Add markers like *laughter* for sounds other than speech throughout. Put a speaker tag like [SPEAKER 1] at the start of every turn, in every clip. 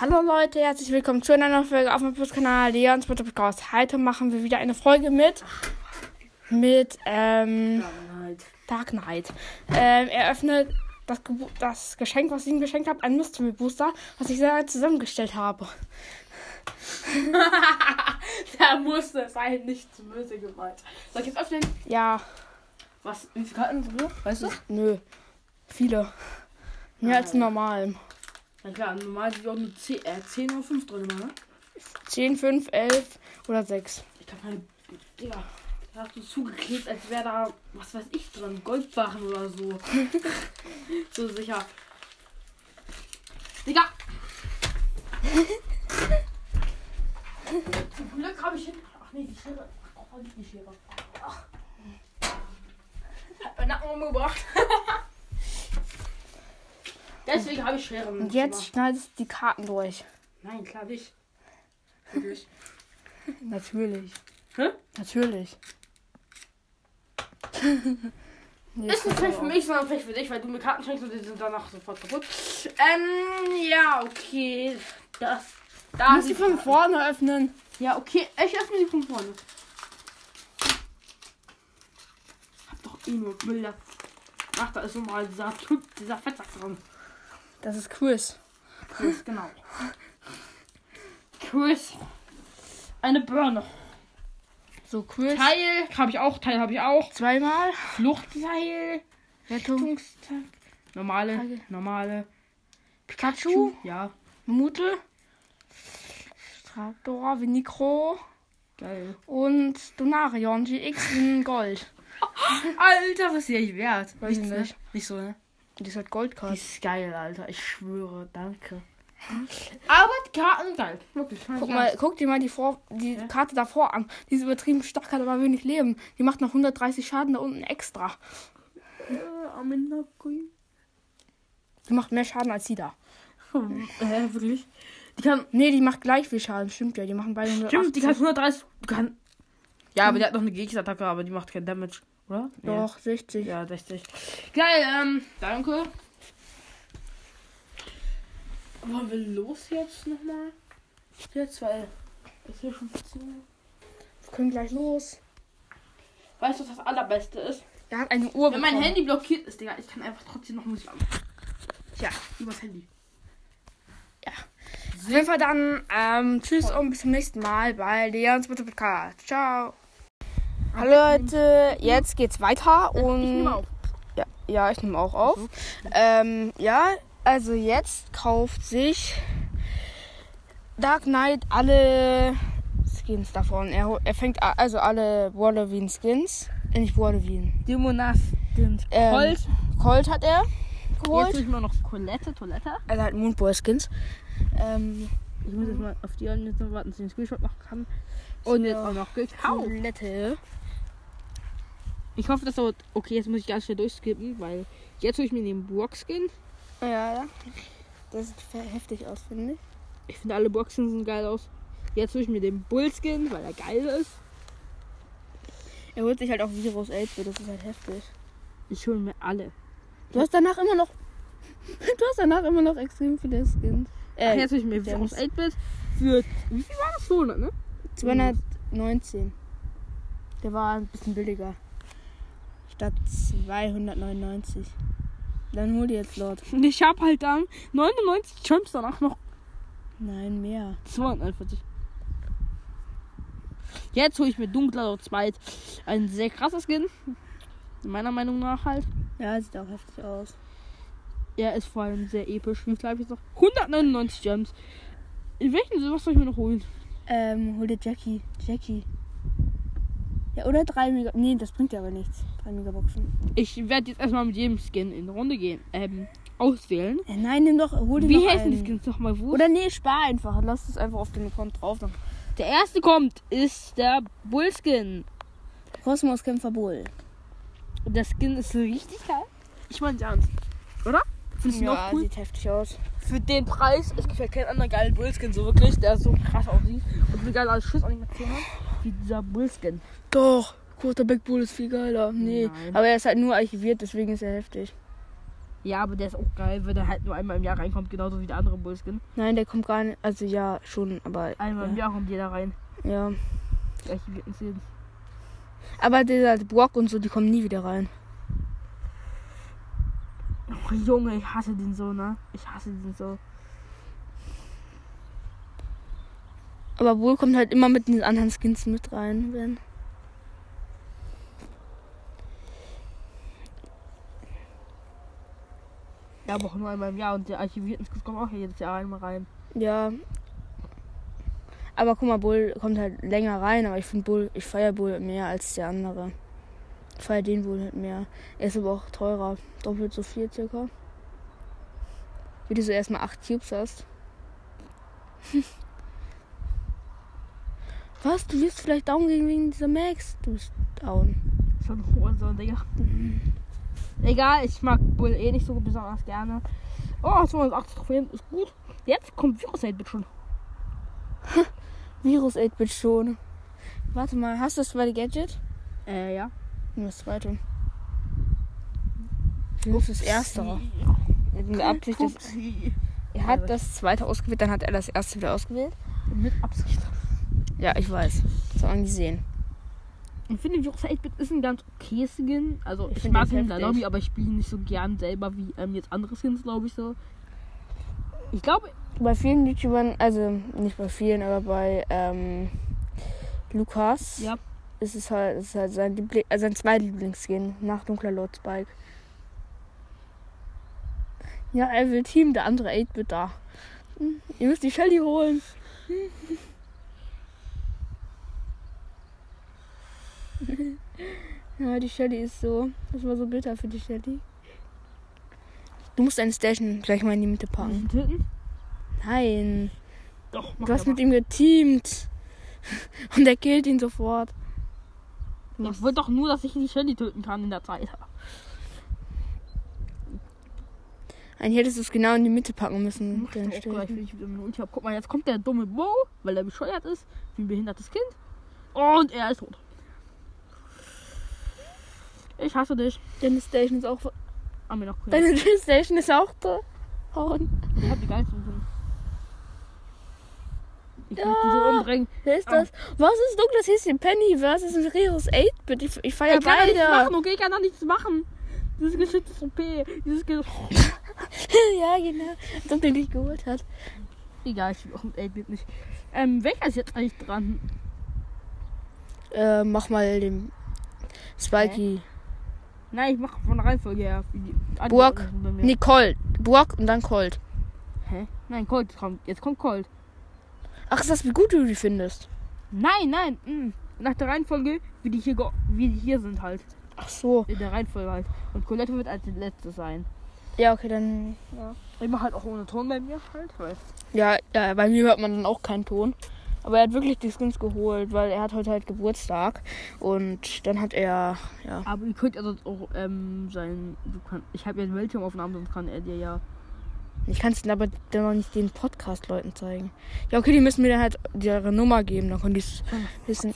[SPEAKER 1] Hallo Leute, herzlich willkommen zu einer neuen Folge auf meinem Plus-Kanal Leons Mutter Podcast. Heute machen wir wieder eine Folge mit mit ähm,
[SPEAKER 2] Vergangenheit.
[SPEAKER 1] Dark Knight. Ähm, er öffnet das, Gebu- das Geschenk, was ich ihm geschenkt habe, ein Mystery Booster, was ich selber zusammengestellt habe.
[SPEAKER 2] *laughs* Da musste es sein, nicht zu böse gemeint. Soll ich jetzt öffnen?
[SPEAKER 1] Ja,
[SPEAKER 2] Was? Wie viele Karten sind drin? Weißt du?
[SPEAKER 1] nö, viele. Mehr als
[SPEAKER 2] Nein.
[SPEAKER 1] normal.
[SPEAKER 2] Na klar, normal sind auch nur 10, äh, 10 oder 5 drin, immer, ne?
[SPEAKER 1] 10, 5, 11 oder 6.
[SPEAKER 2] Ich hab meine. Digga, da hast du zugeklebt, als wäre da, was weiß ich drin, Goldbarren oder so. *laughs* so sicher. Digga! *laughs* Zum Glück habe ich hin. Ach nee, die Schere. Ach, oh, die Schere. Ach. Hat mein Nacken umgebracht. Deswegen habe ich Schere. im
[SPEAKER 1] Und jetzt
[SPEAKER 2] Zimmer.
[SPEAKER 1] schneidest du die Karten durch.
[SPEAKER 2] Nein, klar *laughs* nicht. Wirklich.
[SPEAKER 1] Natürlich.
[SPEAKER 2] Hä?
[SPEAKER 1] *laughs* Natürlich.
[SPEAKER 2] Ist
[SPEAKER 1] halt
[SPEAKER 2] ein Pech für mich, sondern ein Pech für dich, weil du mir Karten schenkst und die sind danach sofort kaputt. Ähm, ja, okay. Das. Da
[SPEAKER 1] Muss ich von vorne öffnen?
[SPEAKER 2] Ja, okay. Ich öffne sie von vorne. Hab doch eh nur Bilder. Ach, da ist nochmal dieser Typ, dieser Fettsack dran.
[SPEAKER 1] Das ist Quiz.
[SPEAKER 2] Chris, genau. Chris. Eine Birne.
[SPEAKER 1] So Quiz.
[SPEAKER 2] Teil habe ich auch, Teil habe ich auch.
[SPEAKER 1] Zweimal.
[SPEAKER 2] Fluchtteil.
[SPEAKER 1] Rettung.
[SPEAKER 2] Rettungsteil. Normale,
[SPEAKER 1] Tage.
[SPEAKER 2] normale.
[SPEAKER 1] Pikachu.
[SPEAKER 2] Ja,
[SPEAKER 1] Mute. Traktor, Vinicro
[SPEAKER 2] geil.
[SPEAKER 1] und Donarion GX in Gold.
[SPEAKER 2] Alter, was ist die eigentlich wert?
[SPEAKER 1] Weiß ich
[SPEAKER 2] Nichts, ne?
[SPEAKER 1] nicht.
[SPEAKER 2] Nicht so, ne?
[SPEAKER 1] Die ist halt Goldkarte.
[SPEAKER 2] ist geil, Alter. Ich schwöre, danke. Aber die Karten sind geil. Wirklich.
[SPEAKER 1] Guck, mal, guck dir mal die, vor, die
[SPEAKER 2] Ja.
[SPEAKER 1] Karte davor an. Die ist übertrieben stark, hat aber wenig Leben. Die macht noch 130 Schaden da unten extra.
[SPEAKER 2] Äh,
[SPEAKER 1] Die macht mehr Schaden als die da.
[SPEAKER 2] wirklich? Die kann.
[SPEAKER 1] Nee, die macht gleich viel Schaden. Stimmt ja, die machen beide 180.
[SPEAKER 2] Stimmt, die kann 130. Die kann. Ja, aber die hat noch eine Gegensattacke, aber die macht kein Damage, oder?
[SPEAKER 1] Doch, 60.
[SPEAKER 2] Ja, 60. Geil, ähm, danke. Wollen wir los jetzt nochmal? Jetzt, weil. Ist hier schon zu.
[SPEAKER 1] Wir können gleich los.
[SPEAKER 2] Weißt du, was das Allerbeste ist?
[SPEAKER 1] Er hat eine Uhr
[SPEAKER 2] Wenn mein
[SPEAKER 1] bekommen.
[SPEAKER 2] Handy blockiert ist, Digga, ich kann einfach trotzdem noch Musik anmachen.
[SPEAKER 1] Tja.
[SPEAKER 2] Übers Handy.
[SPEAKER 1] Auf jeden Fall dann ähm, tschüss und bis zum nächsten Mal bei Leons Mutter Podcast. Ciao. Hallo Leute, jetzt geht's weiter und
[SPEAKER 2] Äh,
[SPEAKER 1] Ja, ja, ich nehme auch auf. Ähm, ja, also jetzt kauft sich Dark Knight alle Skins davon. Er, hol- er fängt a- also alle Walloween Skins. Äh, nicht Walloween.
[SPEAKER 2] Demonas sind
[SPEAKER 1] Ähm,
[SPEAKER 2] Colt.
[SPEAKER 1] Colt hat er
[SPEAKER 2] Jetzt muss
[SPEAKER 1] geholt.
[SPEAKER 2] ich mal noch Colette, Toilette.
[SPEAKER 1] Also halt Moonboy Skins. Ähm,
[SPEAKER 2] Ich muss jetzt mal auf die anderen jetzt noch warten, dass ich den Screenshot machen kann. Und jetzt auch noch gekauft.
[SPEAKER 1] Palette.
[SPEAKER 2] Ich hoffe, das dauert. Okay, jetzt muss ich ganz schnell durchskippen, weil jetzt hole ich mir den Burg-Skin.
[SPEAKER 1] Ja, ja. Das sieht fe- heftig aus, finde ich.
[SPEAKER 2] Ich finde alle Boxen sind geil aus. Jetzt hole ich mir den Bullskin, weil er geil ist.
[SPEAKER 1] Er holt sich halt auch Virus 8, das ist halt heftig.
[SPEAKER 2] Ich hole mir alle.
[SPEAKER 1] Du hast danach immer noch. *laughs* Du hast danach immer noch extrem viele Skins.
[SPEAKER 2] Ach,
[SPEAKER 1] Äh,
[SPEAKER 2] jetzt hole ich mir
[SPEAKER 1] der
[SPEAKER 2] Virus
[SPEAKER 1] muss-
[SPEAKER 2] 8-Bit für. Wie viel war das? 200, ne?
[SPEAKER 1] 219. Der war ein bisschen billiger. Statt 299. Dann hol dir jetzt Lord.
[SPEAKER 2] Und ich habe halt dann 99 Champs danach noch
[SPEAKER 1] Nein, mehr.
[SPEAKER 2] 241. Jetzt hole ich mir dunkler Lord Smite. Ein sehr krasser Skin. Meiner Meinung nach halt.
[SPEAKER 1] Ja, sieht auch heftig aus.
[SPEAKER 2] Er ist vor allem sehr episch. Wie viel habe ich jetzt noch? 199 Gems. In welchen Silber soll ich mir noch holen?
[SPEAKER 1] Ähm, hol dir Jackie. Jackie. Ja, oder 3 Mega. Nee, das bringt ja aber nichts. 3 Megaboxen.
[SPEAKER 2] Ich werde jetzt erstmal mit jedem Skin in die Runde gehen. Ähm, auswählen.
[SPEAKER 1] Äh, nein, nimm doch. Hol dir
[SPEAKER 2] Wie
[SPEAKER 1] noch
[SPEAKER 2] heißen die
[SPEAKER 1] einen.
[SPEAKER 2] Skins nochmal? Wo?
[SPEAKER 1] Oder nee, spar einfach. Lass es einfach auf den Account drauf. Dann
[SPEAKER 2] der erste kommt, ist der Bullskin.
[SPEAKER 1] Kosmoskämpfer Bull.
[SPEAKER 2] Und der Skin ist richtig geil. Ich meine, ernst. Oder? Findest du ihn
[SPEAKER 1] Ja,
[SPEAKER 2] auch cool?
[SPEAKER 1] sieht heftig aus.
[SPEAKER 2] Für den Preis, es gibt ja keinen anderen geilen Bullskin, so wirklich, der so krass aussieht und so geil als Schussanimation hat, wie dieser Bullskin.
[SPEAKER 1] Doch, Quarterback Bull ist viel geiler. Nee,
[SPEAKER 2] Nein.
[SPEAKER 1] aber er ist halt nur archiviert, deswegen ist er heftig.
[SPEAKER 2] Ja, aber der ist auch geil, weil der halt nur einmal im Jahr reinkommt, genauso wie der andere Bullskin.
[SPEAKER 1] Nein, der kommt gar nicht. Also ja, schon, aber.
[SPEAKER 2] Einmal im Jahr kommt jeder rein.
[SPEAKER 1] Ja. ja.
[SPEAKER 2] Gleich wie wir sehen.
[SPEAKER 1] Aber dieser Brock und so, die kommen nie wieder rein.
[SPEAKER 2] Oh, Junge, ich hasse den so, ne? Ich hasse den so.
[SPEAKER 1] Aber Bull kommt halt immer mit den anderen Skins mit rein, wenn.
[SPEAKER 2] Ja, aber auch nur einmal im Jahr und der archivierten Skins kommen auch jedes Jahr einmal rein.
[SPEAKER 1] Ja. Aber guck mal, Bull kommt halt länger rein, aber ich finde Bull, ich feiere Bull mehr als der andere. Ich feiere den Bull halt mehr. Er ist aber auch teurer. Doppelt so viel circa. Wie du so erstmal 8 Cubes hast. *laughs* Was? Du wirst vielleicht down gehen wegen dieser Max? Du bist down.
[SPEAKER 2] Schon Hurensohn, Digga. Mhm. Egal, ich mag Bull eh nicht so besonders gerne. Oh, 280 Trophäen ist gut. Jetzt kommt Virus 8 bit schon.
[SPEAKER 1] Virus 8-Bit schon. Warte mal, hast du das zweite Gadget?
[SPEAKER 2] Äh, ja.
[SPEAKER 1] Und das zweite. Virus ist erster. Mit Absicht das,
[SPEAKER 2] Upsi.
[SPEAKER 1] er hat das zweite ausgewählt, dann hat er das erste wieder ausgewählt.
[SPEAKER 2] Mit Absicht.
[SPEAKER 1] Ja, ich weiß. Das haben wir gesehen.
[SPEAKER 2] Ich finde Virus 8-Bit ist ein ganz okay Skin. Also
[SPEAKER 1] Ich
[SPEAKER 2] ich,
[SPEAKER 1] find
[SPEAKER 2] mag
[SPEAKER 1] den
[SPEAKER 2] ihn in der
[SPEAKER 1] heftig.
[SPEAKER 2] Lobby, aber ich spiele ihn nicht so gern selber wie ähm, jetzt andere Skins, glaube ich so. Ich glaube,
[SPEAKER 1] Bei vielen YouTubern, also nicht bei vielen, aber bei ähm, Lukas
[SPEAKER 2] ja.
[SPEAKER 1] ist es halt, ist halt sein, Liebling, also sein zweiter Lieblingsskin nach Dunkler Lord Spike. Ja, er will Team, der andere 8-Bit da. Hm, Ihr müsst die Shelly holen. *laughs* Hm. ja, die Shelly ist so. Das war so bitter für die Shelly. Du musst deine Station gleich mal in die Mitte
[SPEAKER 2] Muss
[SPEAKER 1] packen.
[SPEAKER 2] ich ihn töten?
[SPEAKER 1] Nein.
[SPEAKER 2] Doch, mach
[SPEAKER 1] Du hast
[SPEAKER 2] ja
[SPEAKER 1] mit ihm geteamt. *laughs* Und er killt ihn sofort.
[SPEAKER 2] mal. Ich wollte doch nur, dass ich die Shelly töten kann in der Zeit.
[SPEAKER 1] Eigentlich hättest du es genau in die Mitte packen müssen.
[SPEAKER 2] Mach ich
[SPEAKER 1] Dann
[SPEAKER 2] doch auch
[SPEAKER 1] stell-
[SPEAKER 2] gleich, wenn ich wieder meine Ulti hab. Guck mal, jetzt kommt der dumme Bo, weil er bescheuert ist, wie ein behindertes Kind. Und er ist tot. Ich hasse dich.
[SPEAKER 1] Deine Station ist auch. ver-
[SPEAKER 2] Ah, mir noch cool.
[SPEAKER 1] Deine *laughs* Station ist auch verhauen.
[SPEAKER 2] Ich hab die geilste Ulti. Ich will die so umbringen.
[SPEAKER 1] Wer ist
[SPEAKER 2] Ah.
[SPEAKER 1] das? Was ist Douglas Häschen Penny versus ein Reros 8-Bit? Ich, ich feier
[SPEAKER 2] ich kann da nichts machen,
[SPEAKER 1] beide.
[SPEAKER 2] okay, ich kann da nichts machen. Dieses Geschütz ist OP. Dieses Geschütz.
[SPEAKER 1] *laughs* ja, genau. Als ob der dich geholt hat.
[SPEAKER 2] *laughs* Egal, ich spiel auch mit 8-Bit nicht. Ähm, welcher ist jetzt eigentlich dran?
[SPEAKER 1] Äh, mach mal den Spikey.
[SPEAKER 2] Nein, ich mach von der Reihenfolge her. Wie die anderen
[SPEAKER 1] Burg.
[SPEAKER 2] sind bei mir.
[SPEAKER 1] Nee, Colt. Brock und dann Colt.
[SPEAKER 2] Hä? Nein, Colt kommt. Jetzt kommt Colt.
[SPEAKER 1] Ach, ist das, wie gut du die findest?
[SPEAKER 2] Nein, nein. mm. Nach der Reihenfolge, wie die hier, ge- wie die hier sind halt.
[SPEAKER 1] Ach so.
[SPEAKER 2] In der Reihenfolge halt. Und Colette wird als letzte sein.
[SPEAKER 1] Ja, okay, dann.
[SPEAKER 2] Ich mache halt auch ohne Ton bei mir halt. Weil
[SPEAKER 1] Ja, ja, bei mir hört man dann auch keinen Ton. Aber er hat wirklich die Skins geholt, weil er hat heute halt Geburtstag. Und dann hat er. Ja.
[SPEAKER 2] Aber ihr könnt ja sonst auch ähm, sein. Du kann, ich habe ja einen Weltraumaufnahmen, sonst kann er dir ja.
[SPEAKER 1] Ich kann es aber dann noch nicht den Podcast-Leuten zeigen. Ja, okay, die müssen mir dann halt ihre Nummer geben, dann können die es wissen.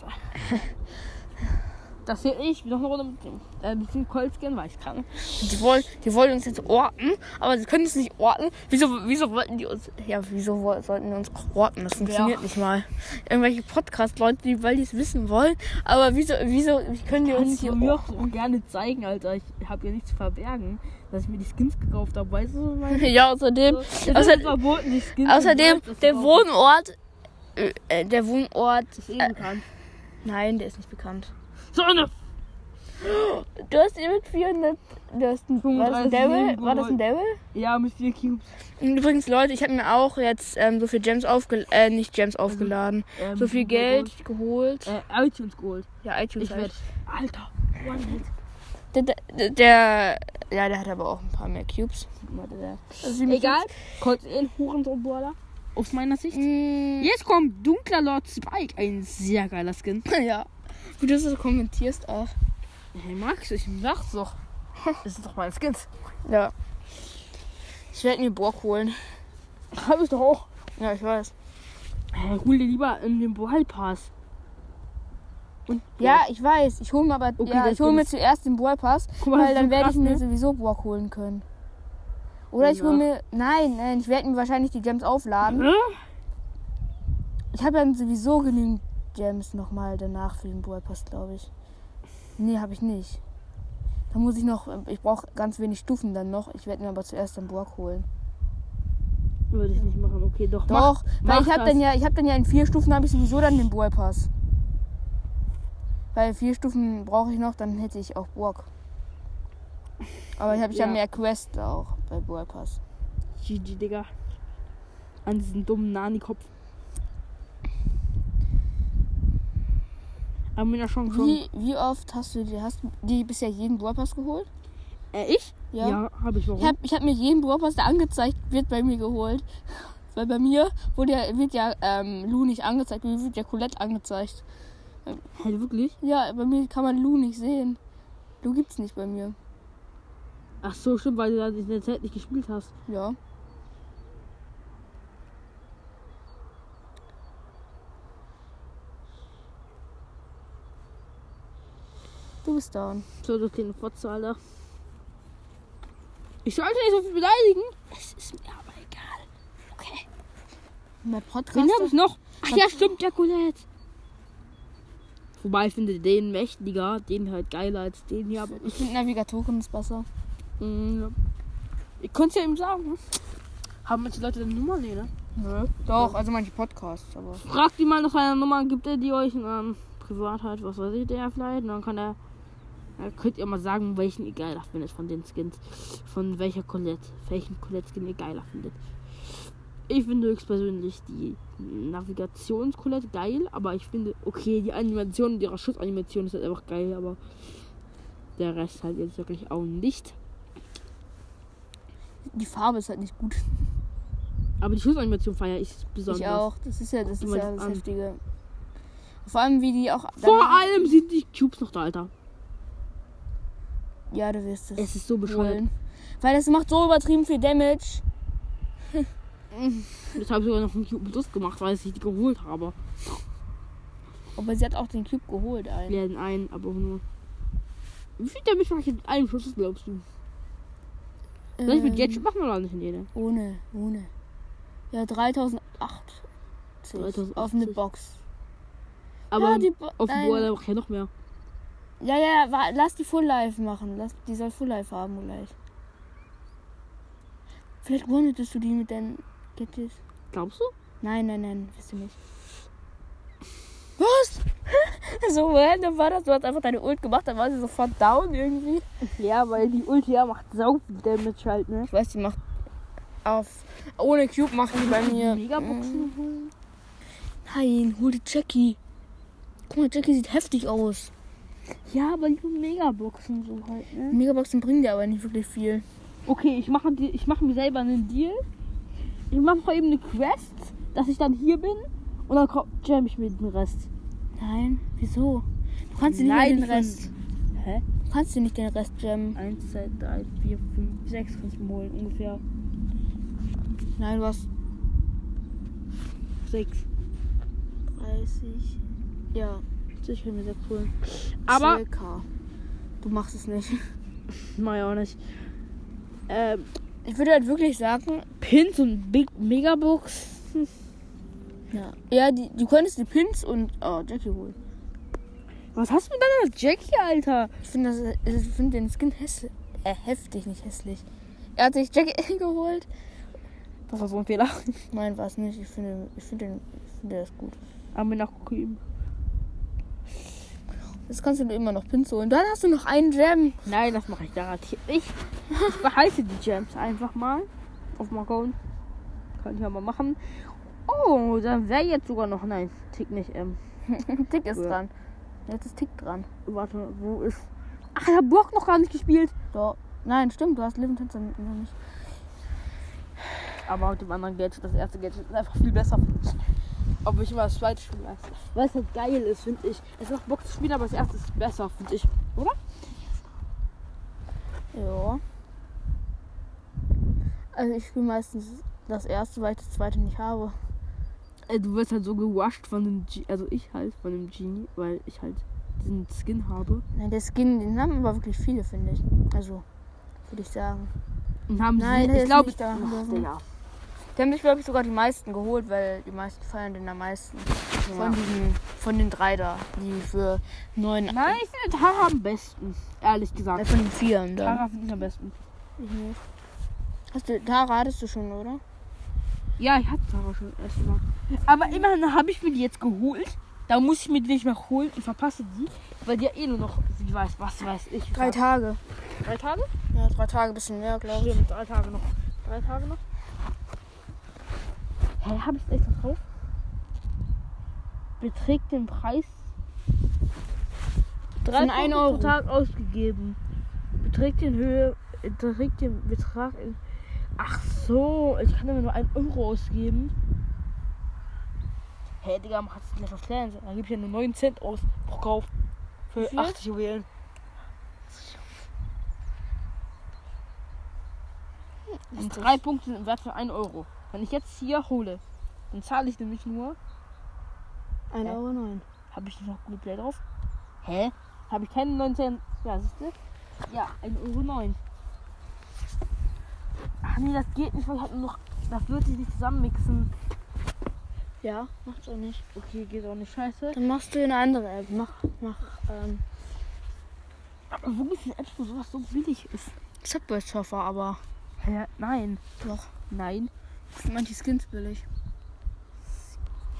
[SPEAKER 2] Das hier ich noch eine Runde mit dem äh, mit dem Coltskin, weil ich kann.
[SPEAKER 1] Die wollen, die wollen uns jetzt orten, aber sie können es nicht orten. Wieso, wieso wollten die uns. Ja, wieso wo- sollten die uns auch orten? Das funktioniert
[SPEAKER 2] Ja.
[SPEAKER 1] nicht mal. Irgendwelche Podcast-Leute, die, weil die es wissen wollen, aber wieso, wieso wie können die uns
[SPEAKER 2] Kannst
[SPEAKER 1] hier
[SPEAKER 2] du mir
[SPEAKER 1] orten? *laughs*
[SPEAKER 2] auch so gerne zeigen, Alter. Ich habe ja nichts zu verbergen, dass ich mir die Skins gekauft habe. Weißt du, was ich meine?
[SPEAKER 1] Ja, außerdem.
[SPEAKER 2] Es ist
[SPEAKER 1] außer-
[SPEAKER 2] verboten, die Skins.
[SPEAKER 1] Außerdem,
[SPEAKER 2] Das
[SPEAKER 1] der
[SPEAKER 2] braucht-
[SPEAKER 1] Wohnort. äh, Äh, der Wohnort. äh,
[SPEAKER 2] das eben kann.
[SPEAKER 1] Nein, der ist nicht bekannt.
[SPEAKER 2] So ne. eine
[SPEAKER 1] Du hast ihn mit 400. Du hast ein, war das ein
[SPEAKER 2] 35
[SPEAKER 1] Devil?
[SPEAKER 2] Leben
[SPEAKER 1] War das ein
[SPEAKER 2] geholt.
[SPEAKER 1] Devil?
[SPEAKER 2] Ja, mit vier Cubes.
[SPEAKER 1] Und übrigens, Leute, ich habe mir auch jetzt ähm, so viel Gems aufgeladen. Äh, nicht Gems aufgeladen.
[SPEAKER 2] Ähm,
[SPEAKER 1] So viel
[SPEAKER 2] Google
[SPEAKER 1] Geld geholt.
[SPEAKER 2] Gold. Äh, iTunes geholt.
[SPEAKER 1] Ja, iTunes.
[SPEAKER 2] Ich werde.
[SPEAKER 1] halt.
[SPEAKER 2] Alter, One Hit.
[SPEAKER 1] Der, der, der. Ja, der hat aber auch ein paar mehr Cubes. Also sieben
[SPEAKER 2] Egal. Colt in Hurensohn Brawler. Aus meiner Sicht.
[SPEAKER 1] Cubes. Mm,
[SPEAKER 2] Jetzt kommt Dunkler Lord Spike. Ein sehr geiler Skin.
[SPEAKER 1] ja. *laughs* Wie du das so kommentierst auch.
[SPEAKER 2] Hey Max, ich sag's doch. Das sind doch meine Skins.
[SPEAKER 1] Ja. Ich werde mir Brock holen.
[SPEAKER 2] Hab ich doch auch.
[SPEAKER 1] Ja, ich weiß.
[SPEAKER 2] Hey, hol dir lieber in den Ballpass. Und
[SPEAKER 1] Ja, ich weiß. Ich hole mir aber
[SPEAKER 2] Okay,
[SPEAKER 1] ja,
[SPEAKER 2] das
[SPEAKER 1] ich hol mir
[SPEAKER 2] ist-
[SPEAKER 1] zuerst den Ballpass,
[SPEAKER 2] *laughs* Guck mal,
[SPEAKER 1] weil
[SPEAKER 2] das ist
[SPEAKER 1] dann
[SPEAKER 2] so
[SPEAKER 1] werde
[SPEAKER 2] krass,
[SPEAKER 1] ich mir
[SPEAKER 2] ne?
[SPEAKER 1] sowieso Brock holen können. Oder ich hole mir. Nein, nein, ich werde mir wahrscheinlich die Gems aufladen.
[SPEAKER 2] hm?
[SPEAKER 1] Ich habe ja sowieso genügend Gems nochmal danach für den Brawl Pass, glaube ich. Nee, habe ich nicht. Da muss ich noch. Ich brauche ganz wenig Stufen dann noch. Ich werde mir aber zuerst den Burg holen.
[SPEAKER 2] Würde ich nicht machen. Okay, doch. mach.
[SPEAKER 1] Doch, weil ich
[SPEAKER 2] mach
[SPEAKER 1] habe dann ja,
[SPEAKER 2] das.
[SPEAKER 1] ich habe dann ja in vier Stufen habe ich sowieso dann den Brawl Pass. Weil vier Stufen brauche ich noch, dann hätte ich auch Burg. Aber ich habe ja.
[SPEAKER 2] Ja.
[SPEAKER 1] mehr Quests auch bei Brawl Pass.
[SPEAKER 2] GG, Digga. An diesen dummen Nani-Kopf. Haben wir ja schon schon.
[SPEAKER 1] Wie, wie oft hast du dir hast du dir bisher jeden Brawl Pass geholt?
[SPEAKER 2] Äh, ich? Ja, habe ich. Warum?
[SPEAKER 1] Ich habe ich hab mir jeden Brawl Pass, der angezeigt wird, bei mir geholt. *laughs* Weil bei mir wurde ja, wird ja ähm, Lou nicht angezeigt, mir wird ja Colette angezeigt.
[SPEAKER 2] Hä, wirklich?
[SPEAKER 1] Ja, bei mir kann man Lou nicht sehen. Lou gibt's nicht bei mir.
[SPEAKER 2] Ach so, stimmt, weil du da in der Zeit nicht gespielt hast.
[SPEAKER 1] Ja. Du bist down.
[SPEAKER 2] So, du kleine Fotze, Alter. Ich sollte nicht so viel beleidigen. Es ist mir aber egal.
[SPEAKER 1] Mein
[SPEAKER 2] Wen
[SPEAKER 1] Podcast.
[SPEAKER 2] habe ich noch? Ach ja, stimmt, der Colette. Wobei ich finde den mächtiger, den halt geiler als den hier. Aber
[SPEAKER 1] Ich finde Navigatoren ist besser.
[SPEAKER 2] Mm, ja. Ich konnte es ja eben sagen. ne? Haben manche Leute deine Nummer? Nee, ne?
[SPEAKER 1] Doch, also manche Podcasts, aber.
[SPEAKER 2] Fragt die mal nach einer Nummer, gibt er die euch ähm, privat halt, was weiß ich, der vielleicht. Und dann kann er. Dann könnt ihr mal sagen, welchen ihr geiler findet von den Skins. Von welcher Colette, welchen Colette-Skin ihr geiler findet. Ich finde höchstpersönlich die Navigations-Colette geil, aber ich finde, okay, die Animation, ihre Schussanimation ist halt einfach geil, aber der Rest halt jetzt wirklich auch nicht.
[SPEAKER 1] Die Farbe ist halt nicht gut.
[SPEAKER 2] Aber die Schussanimation feiere ich besonders.
[SPEAKER 1] Ich auch. Das ist ja das,
[SPEAKER 2] Guck
[SPEAKER 1] ist
[SPEAKER 2] dir mal
[SPEAKER 1] ja
[SPEAKER 2] das
[SPEAKER 1] das
[SPEAKER 2] an.
[SPEAKER 1] Heftige. Vor allem, wie die auch.
[SPEAKER 2] Vor allem sind die Cubes noch da, Alter.
[SPEAKER 1] Ja, du wirst es.
[SPEAKER 2] Es ist so bescheuert.
[SPEAKER 1] holen. Weil das macht so übertrieben viel Damage.
[SPEAKER 2] Ich habe sogar noch einen Cube Lust gemacht, weil ich die geholt habe.
[SPEAKER 1] Aber sie hat auch den Cube geholt,
[SPEAKER 2] Wir
[SPEAKER 1] ein.
[SPEAKER 2] werden einen, aber nur. Wie viel damit mache ich mit einem Schuss, glaubst du? Soll ich
[SPEAKER 1] Ähm,
[SPEAKER 2] mit Gadget machen oder nicht? Nee, ne?
[SPEAKER 1] Ohne, ohne. Ja, 3008.
[SPEAKER 2] 3080.
[SPEAKER 1] Auf eine Box.
[SPEAKER 2] Aber
[SPEAKER 1] ja, die Bo
[SPEAKER 2] auf dem
[SPEAKER 1] nein.
[SPEAKER 2] Boiler mache ich ja noch mehr.
[SPEAKER 1] Ja, ja, wa- lass die Full Life machen. Lass, die soll Full Life haben gleich. Vielleicht wandeltest du die mit deinen Gadgets.
[SPEAKER 2] Glaubst du?
[SPEAKER 1] Nein, nein, nein, wirst du nicht. Was? *laughs* so random war das. Du hast einfach deine Ult gemacht, dann war sie sofort down irgendwie.
[SPEAKER 2] Ja, weil die Ulti ja macht sau viel Damage halt, ne?
[SPEAKER 1] Ich weiß, die macht auf. Ohne Cube machen die bei mir.
[SPEAKER 2] Megaboxen.
[SPEAKER 1] Nein, hol die Jackie. Guck mal, Jackie sieht heftig aus.
[SPEAKER 2] Ja, aber die Megaboxen so halt, ne?
[SPEAKER 1] Megaboxen bringen dir aber nicht wirklich viel.
[SPEAKER 2] Okay, ich mache die- ich mache mir selber einen Deal. Ich mache mal eben eine Quest, dass ich dann hier bin und dann komm- jam ich mit dem Rest.
[SPEAKER 1] Nein, wieso? Du kannst dir nicht
[SPEAKER 2] Nein,
[SPEAKER 1] mal den
[SPEAKER 2] ich find's-
[SPEAKER 1] Rest.
[SPEAKER 2] Hä?
[SPEAKER 1] Du kannst dir nicht den Rest jammen.
[SPEAKER 2] 1, 2, 3, 4, 5, 6 kannst du mir holen, ungefähr.
[SPEAKER 1] Nein, du hast
[SPEAKER 2] 6.
[SPEAKER 1] 30. Ja,
[SPEAKER 2] Ich kann mir 6 holen.
[SPEAKER 1] aber.
[SPEAKER 2] Aber,
[SPEAKER 1] Circa. Du machst es nicht. *laughs*
[SPEAKER 2] mach ich auch nicht. Ähm,
[SPEAKER 1] Ich würde halt wirklich sagen.
[SPEAKER 2] Pins und Big Megabox.
[SPEAKER 1] Ja. Ja, die, du könntest die Pins und. Oh, Jackie holen.
[SPEAKER 2] Was hast du mit deiner Jackie, Alter?
[SPEAKER 1] Ich finde das- ich finde den Skin hässlich. Äh, heftig, nicht hässlich. Er hat sich Jackie *laughs* geholt.
[SPEAKER 2] Das war so ein Fehler. *laughs*
[SPEAKER 1] Nein, war es nicht. Ich finde, ich finde, den- ich finde das gut.
[SPEAKER 2] Haben wir nachgeübt.
[SPEAKER 1] Jetzt kannst du dir immer noch Pins holen. Dann hast du noch einen Jam. *laughs*
[SPEAKER 2] Nein, das mache ich garantiert nicht. Ich behalte die Gems einfach mal auf meinem Account. Kann ich ja mal machen. Oh, dann wäre jetzt sogar noch. Nein, Tick nicht. Ähm,
[SPEAKER 1] Tick ist
[SPEAKER 2] Ja.
[SPEAKER 1] dran. Jetzt ist Tick dran.
[SPEAKER 2] warte, wo ist. Ach, der Burg noch gar nicht gespielt.
[SPEAKER 1] So. Nein, stimmt, du hast Living Tänzer noch nicht.
[SPEAKER 2] Aber mit dem anderen Gadget, das erste Gadget ist einfach viel besser. Ob ich immer das zweite spielen lasse. Weil es halt geil ist, finde ich. Es macht Bock zu spielen, aber das erste ist besser, finde ich. Oder?
[SPEAKER 1] Ja. Also ich spiele meistens das erste, weil ich das zweite nicht habe.
[SPEAKER 2] Äh, Du wirst halt so gewascht von dem Genie, also ich halt von dem Genie, weil ich halt diesen Skin habe.
[SPEAKER 1] Nein, der Skin, den haben aber wirklich viele, finde ich. Also, würde ich sagen.
[SPEAKER 2] Und haben
[SPEAKER 1] Nein,
[SPEAKER 2] sie,
[SPEAKER 1] der
[SPEAKER 2] ich
[SPEAKER 1] ist
[SPEAKER 2] glaube,
[SPEAKER 1] nicht da.
[SPEAKER 2] Ach, Digga.
[SPEAKER 1] Die haben sich, glaube ich, sogar die meisten geholt, weil die meisten feiern den am meisten. Von, diesen, von den drei da, die für neun.
[SPEAKER 2] Nein, ich finde Tara am besten. Ehrlich
[SPEAKER 1] Äh,
[SPEAKER 2] gesagt.
[SPEAKER 1] von den vieren dann.
[SPEAKER 2] Tara finde ich am besten.
[SPEAKER 1] Hast du, Tara hattest du schon, oder?
[SPEAKER 2] Ja, ich hatte Tara schon erstmal. Aber immerhin habe ich mir die jetzt geholt. Da muss ich mir die nicht mehr holen und verpasse die. Weil die ja eh nur noch, wie weiß, was weiß ich.
[SPEAKER 1] Drei Tage.
[SPEAKER 2] drei Tage?
[SPEAKER 1] Ja, drei Tage, bisschen mehr, glaube ich.
[SPEAKER 2] Stimmt, drei Tage noch. Drei Tage noch. Hä, hab ich's echt noch drauf? Beträgt den Preis 3
[SPEAKER 1] Von 1
[SPEAKER 2] Euro pro
[SPEAKER 1] Euro.
[SPEAKER 2] Tag ausgegeben. Beträgt den Höhe, äh, beträgt den Betrag in. Ach so, ich kann immer nur 1 Euro ausgeben. Hä, hey, Digga, macht das gleich auf Clans. Dann gebe ich ja nur 9 Cent aus pro Kauf. Für
[SPEAKER 1] Wie viel?
[SPEAKER 2] 80 Juwelen.
[SPEAKER 1] Hm,
[SPEAKER 2] Und drei Punkte sind im Wert von 1 Euro. Wenn ich jetzt hier hole, dann zahle ich nämlich nur.
[SPEAKER 1] 1,09 Euro. Nein.
[SPEAKER 2] Habe ich noch Google Play drauf? Hä? Habe ich keinen 19. Ja, siehst du? Ja, 1,09 Euro. neun. Ach nee, das geht nicht, weil ich hab nur noch. Das wird sich nicht zusammenmixen.
[SPEAKER 1] Ja, macht's auch nicht.
[SPEAKER 2] Okay, geht auch nicht scheiße.
[SPEAKER 1] Dann machst du eine andere App. Mach, mach, ähm,
[SPEAKER 2] Aber wo gibt es eine App, wo sowas so billig ist?
[SPEAKER 1] Subway Surfer, aber
[SPEAKER 2] Hä? Nein.
[SPEAKER 1] doch.
[SPEAKER 2] Nein.
[SPEAKER 1] Sind manche Skins billig.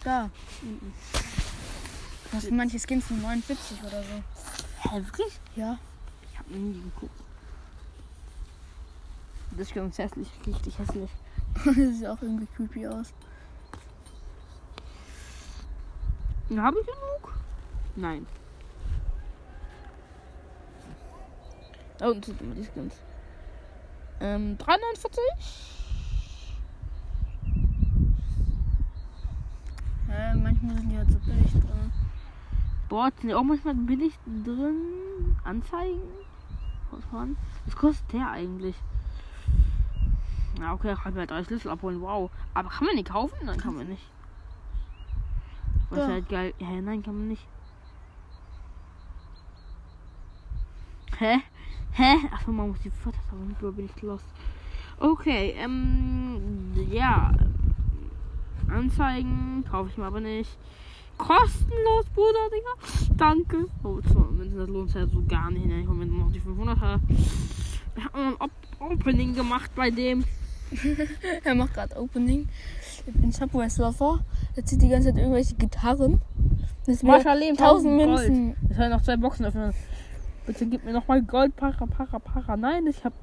[SPEAKER 1] Da. Das sind manche Skins von 49 oder so.
[SPEAKER 2] Hä, wirklich?
[SPEAKER 1] Ja.
[SPEAKER 2] Ich hab noch nie geguckt. Das ist ganz hässlich, richtig hässlich.
[SPEAKER 1] *laughs* das sieht auch irgendwie creepy aus.
[SPEAKER 2] Habe ich genug? Nein. Da unten sind immer die Skins. Ähm, 349?
[SPEAKER 1] Ja, manchmal sind die halt so billig drin.
[SPEAKER 2] Boah, sind auch manchmal billig drin. Anzeigen? Was waren? Was kostet der eigentlich? Na, okay, kann ich mir drei Schlüssel abholen. Wow. Aber kann man die kaufen? Nein, kann man nicht. Was
[SPEAKER 1] Ja.
[SPEAKER 2] halt geil. Hä, nein, kann man nicht. Hä? Hä? Achso, man muss die Förderung. Bro, bin ich lost. Okay, ähm, ja. Anzeigen kaufe ich mir aber nicht. Kostenlos, Bruder, Digga. Danke. Oh, zwar, wenn sich das lohnt, halt so gar nicht. Ne? Ich hole mir noch die 500 her. Wir haben ein Op Opening gemacht bei dem.
[SPEAKER 1] *laughs* Er macht gerade Opening in Subway Surfer. Er zieht die ganze Zeit irgendwelche Gitarren. Das sind
[SPEAKER 2] Mascha Leben,
[SPEAKER 1] 1000
[SPEAKER 2] Gold.
[SPEAKER 1] Münzen.
[SPEAKER 2] Jetzt soll ich noch zwei Boxen öffnen. Bitte gib mir nochmal Gold, Para, Para, Para. Nein, ich hab